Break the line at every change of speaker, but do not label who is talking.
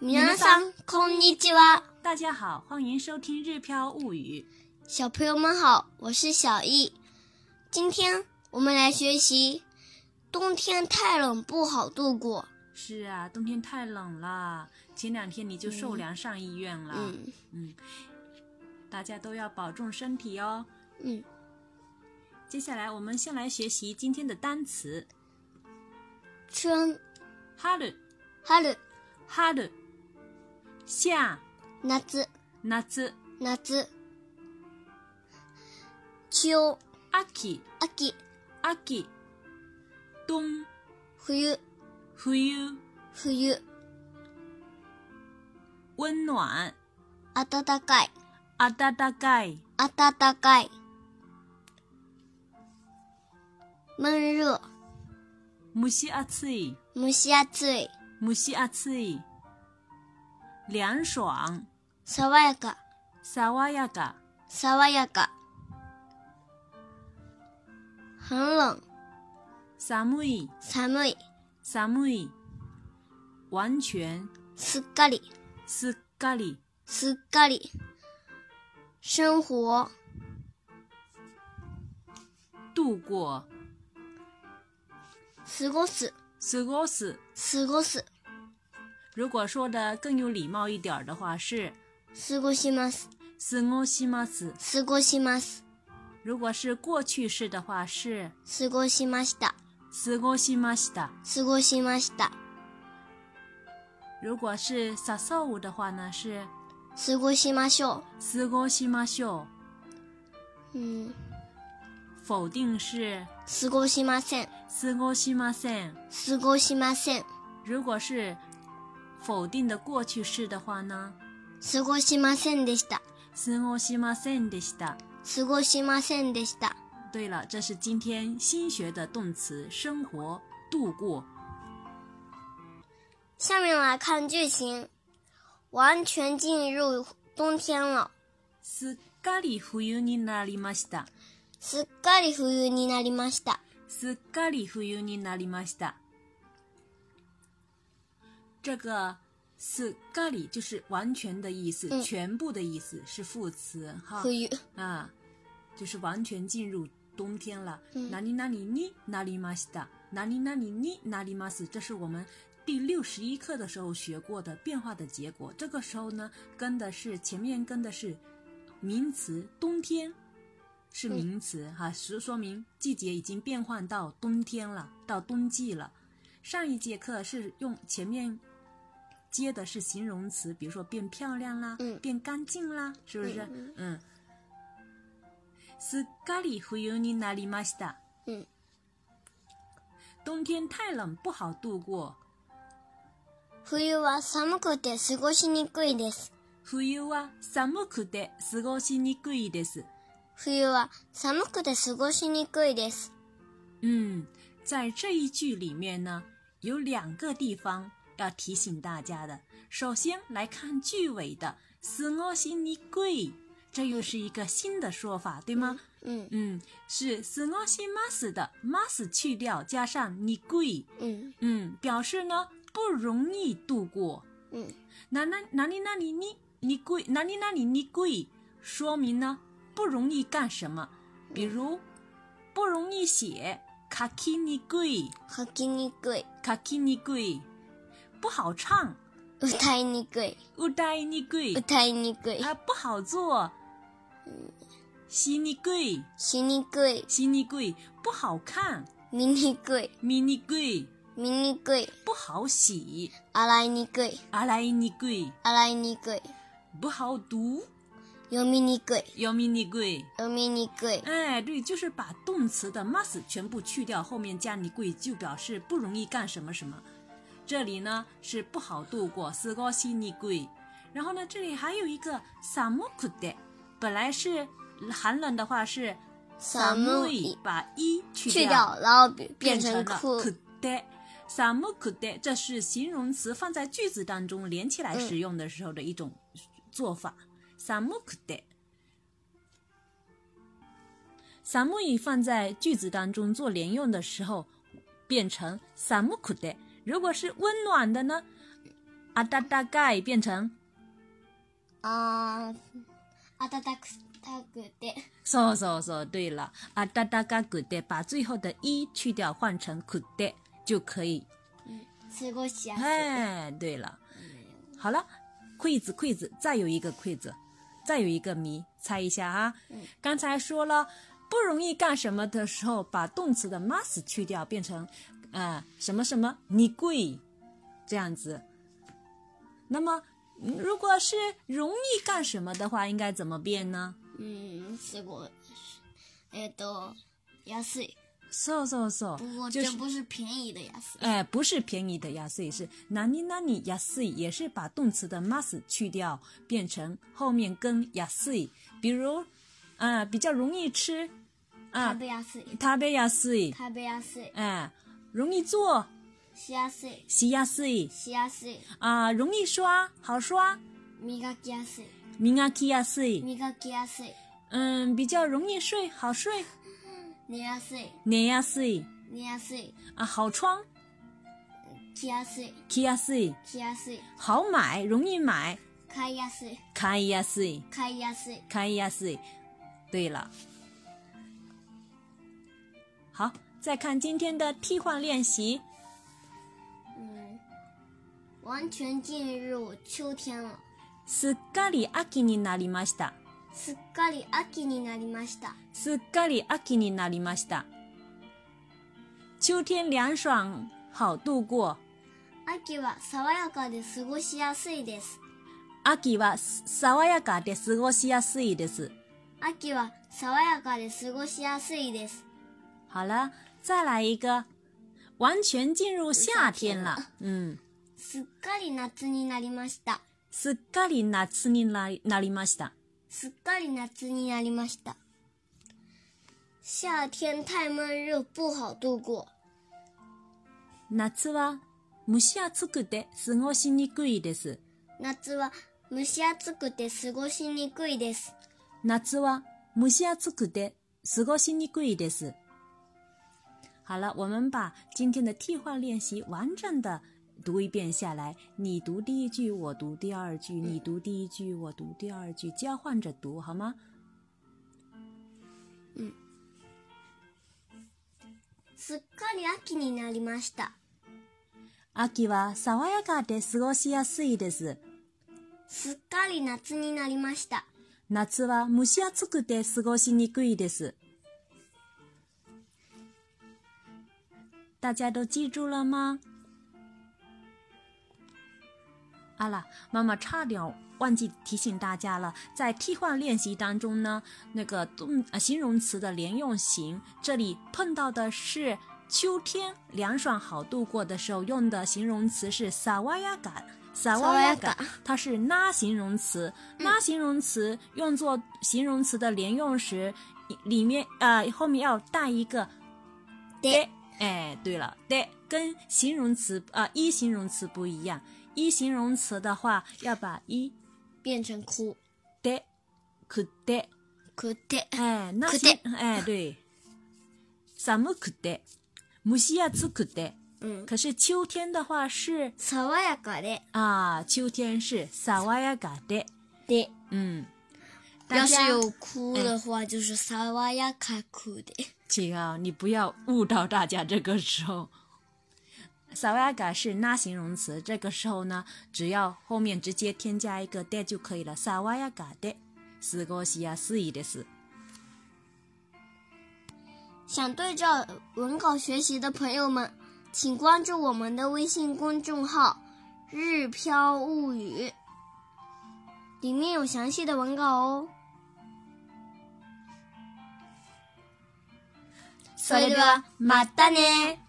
皆さんこんにちは。
大家好，欢迎收听《日飘物语
小朋友们好，我是小易。今天我们来学习，冬天太冷不好度过。》。
是啊，冬天太冷了，前两天你就受凉上医院了。
嗯
嗯大家都要保重身体哦。
嗯，
接下来我们先来学习今天的单词：
春、
春、
春、
春、夏、
夏、
夏、
夏、秋、
秋、
秋、
秋、冬、
冬、
冬、
冬、
温暖、
暖かい、
暖かい、
暖かい。闷熱、
蒸し暑い、
蒸し暑い、
蒸し暑い、凉爽、
爽やか、
爽やか、
爽やか。寒冷、
寒い、
寒い、
寒い、完全、
すっかり、
すっかり、
すっかり。生活、
度过、
過ごす、
過ごす。
過ごす、
如果说的更有礼貌一点儿的话是
過ごします、
過ごします。
過ごします、
如果是过去式的话是
過ごしました、
過ごしました。
過ごしました、
如果是誘う的话呢是
過ごしましょ
過ごしましょ
う。うん、
う。否定是
過ごしません、
過ごしません。
過ごしません、
如果是否定的过去式的话呢
過ごしませんでした、
過ごしませんでした。
過ごしませんでした。
对了，这是今天新学的动词生活度过。
下面来看剧情，完全进入冬天了，
すっかり冬になりました。
すっかり冬になりました。
すっかり冬になりました。这个“すっかり”就是完全的意思，
嗯
全部的意思是副词哈
冬
啊，就是完全进入冬天了。
嗯
哪里哪里になりました，哪里哪里になります，这是我们第六十一课的时候学过的变化的结果。这个时候呢，跟的是前面跟的是名词冬天。是
嗯
名词哈，是说明季节已经变换到冬天了，到冬季了。上一节课是用前面接的是形容词，比如说变漂亮啦，
嗯
变干净啦，是不是？
嗯
嗯。すっかり冬になりました。
嗯，
冬天太冷，不好度过。
冬は寒くて過ごしにくいです。
冬は寒くて過ごしにくいです。
冬は寒くて過ごしにくいです。
嗯，在这一句里面呢，有两个地方要提醒大家的。首先来看句尾的“死我心里贵”，这又是一个新的说法，对吗？
うん
嗯，是“死我心 mas” 的 “mas” 去掉，加上“你贵
うん”，
嗯，表示呢不容易度过。
うん
哪哪哪里哪里你你贵哪里哪里你贵，说明呢不容易干什么，比如不容易写卡きにくい
書きにくい、
卡きにくい，不好唱
歌いにくい、
歌いにくい
歌いにくい、
啊不好做，しにくい
しにくい、
しにくい不好看
見にくい、
見にくい
見にくい、
不好洗
洗いにくい、
洗いにくい
洗いにくい、
不好读
読みにくい、
読みにくい。
読みにくい、
哎，对，就是把动词的 must 全部去掉，后面加你贵，就表示不容易干什么什么。这里呢是不好度过，すごしにくい。然后呢，这里还有一个寒くて，本来是寒冷的话是
寒い
い，把一去
去掉，然后变
变
成
成了
酷。
くて。寒くて，这是形容词放在句子当中连起来使用的时候的一种做法。寒くて。寒い放在句子当中做连用的时候，变成寒くて。如果是温暖的呢，啊大大概变成
啊，暖かくて
そうそうそう，对了，啊哒哒嘎古的，把最后的一去掉，换成古的就可以。
過ごしやすい。
哎，对了，
嗯
好了，quiz quiz，再有一个 quiz，再有一个谜，猜一下啊。
嗯
刚才说了不容易干什么的时候，把动词的 must 去掉，变成呃什么什么你贵这样子。那么嗯如果是容易干什么的话，应该怎么变呢？
嗯，すごい。えっと、安い。
so so so，
不过
就
这
是
不是便宜的安い。
哎，不是便宜的安い，是哪里哪里安い，也是把动词的 must 去掉，变成后面跟安い。比如，啊、比较容易吃，啊、
食べやすい。
食べやすい，
食べやすい。
哎、容易做，
しやすい。
しやすい，
しやすい。
啊、容易刷，好刷，
磨きやすい。
磨きやすい，
磨きやすい。
嗯，比较容易睡，好睡，
寝やすい。
寝やすい，
寝やすい。
啊、好穿，
着やすい。
着やすい，
着やすい。
好买，容易买，
買いやすい。
買いやすい。
買いやすい。
看一下四。对了，好，再看今天的替换练习。
嗯，完全进入秋天了。
すっかり秋になりました。
すっかり秋になりました。
すっかり秋になりました。秋天凉爽，好度过。
秋は爽やかで過ごしやすいです。
秋は爽やかで過ごしやすいです。
秋は爽やかで過ごしやすいです。
好了，再来一个，完全进入夏天了。嗯，
すっかり夏になりました。
すっかり夏になりなりました。
すっかり夏になりました。夏天太闷热不好度过。
夏は蒸し暑くて過ごしにくいです。
夏は蒸し暑くて過ごしにくいです。
夏は蒸し暑くて過ごしにくいです。好了，我们把今天的替换练习完整的读一遍下来。你读第一句，我读第二句；你读第一句，我读第二句，交换着读好吗？
すっかり秋になりました。
秋は爽やかで過ごしやすいです。
すっかり夏になりました。
夏は蒸し暑くて過ごしにくいです。大家都记住了吗？啊啦，妈妈差点忘记提醒大家了，在替换练习当中呢，那个动呃形容词的连用型，这里碰到的是秋天凉爽好度过的时候用的形容词是萨瓦亚嘎，萨瓦亚嘎嗯
爽やか，
它是那形容词，那形容词用作形容词的连用时，里面呃后面要带一个
で、
哎，对了，对，跟形容词啊、呃一形容词不一样，一形容词的话要把一
变成哭、
的、くで、
くて、
哎，那
く
形
で
哎对，寒くで、蒸し暑くで。
うん、
可是秋天的话是
爽やかで、
啊，秋天是爽やかで，
で、
嗯，大
要是
家
有哭的话，就是爽やか哭的。
请啊，你不要误导大家。这个时候，萨瓦嘎是那形容词，这个时候呢，只要后面直接添加一个的就可以了。萨瓦亚嘎的，斯过西亚斯伊的斯。
想对照文稿学习的朋友们，请关注我们的微信公众号“日飘物语”，里面有详细的文稿哦。それではまたね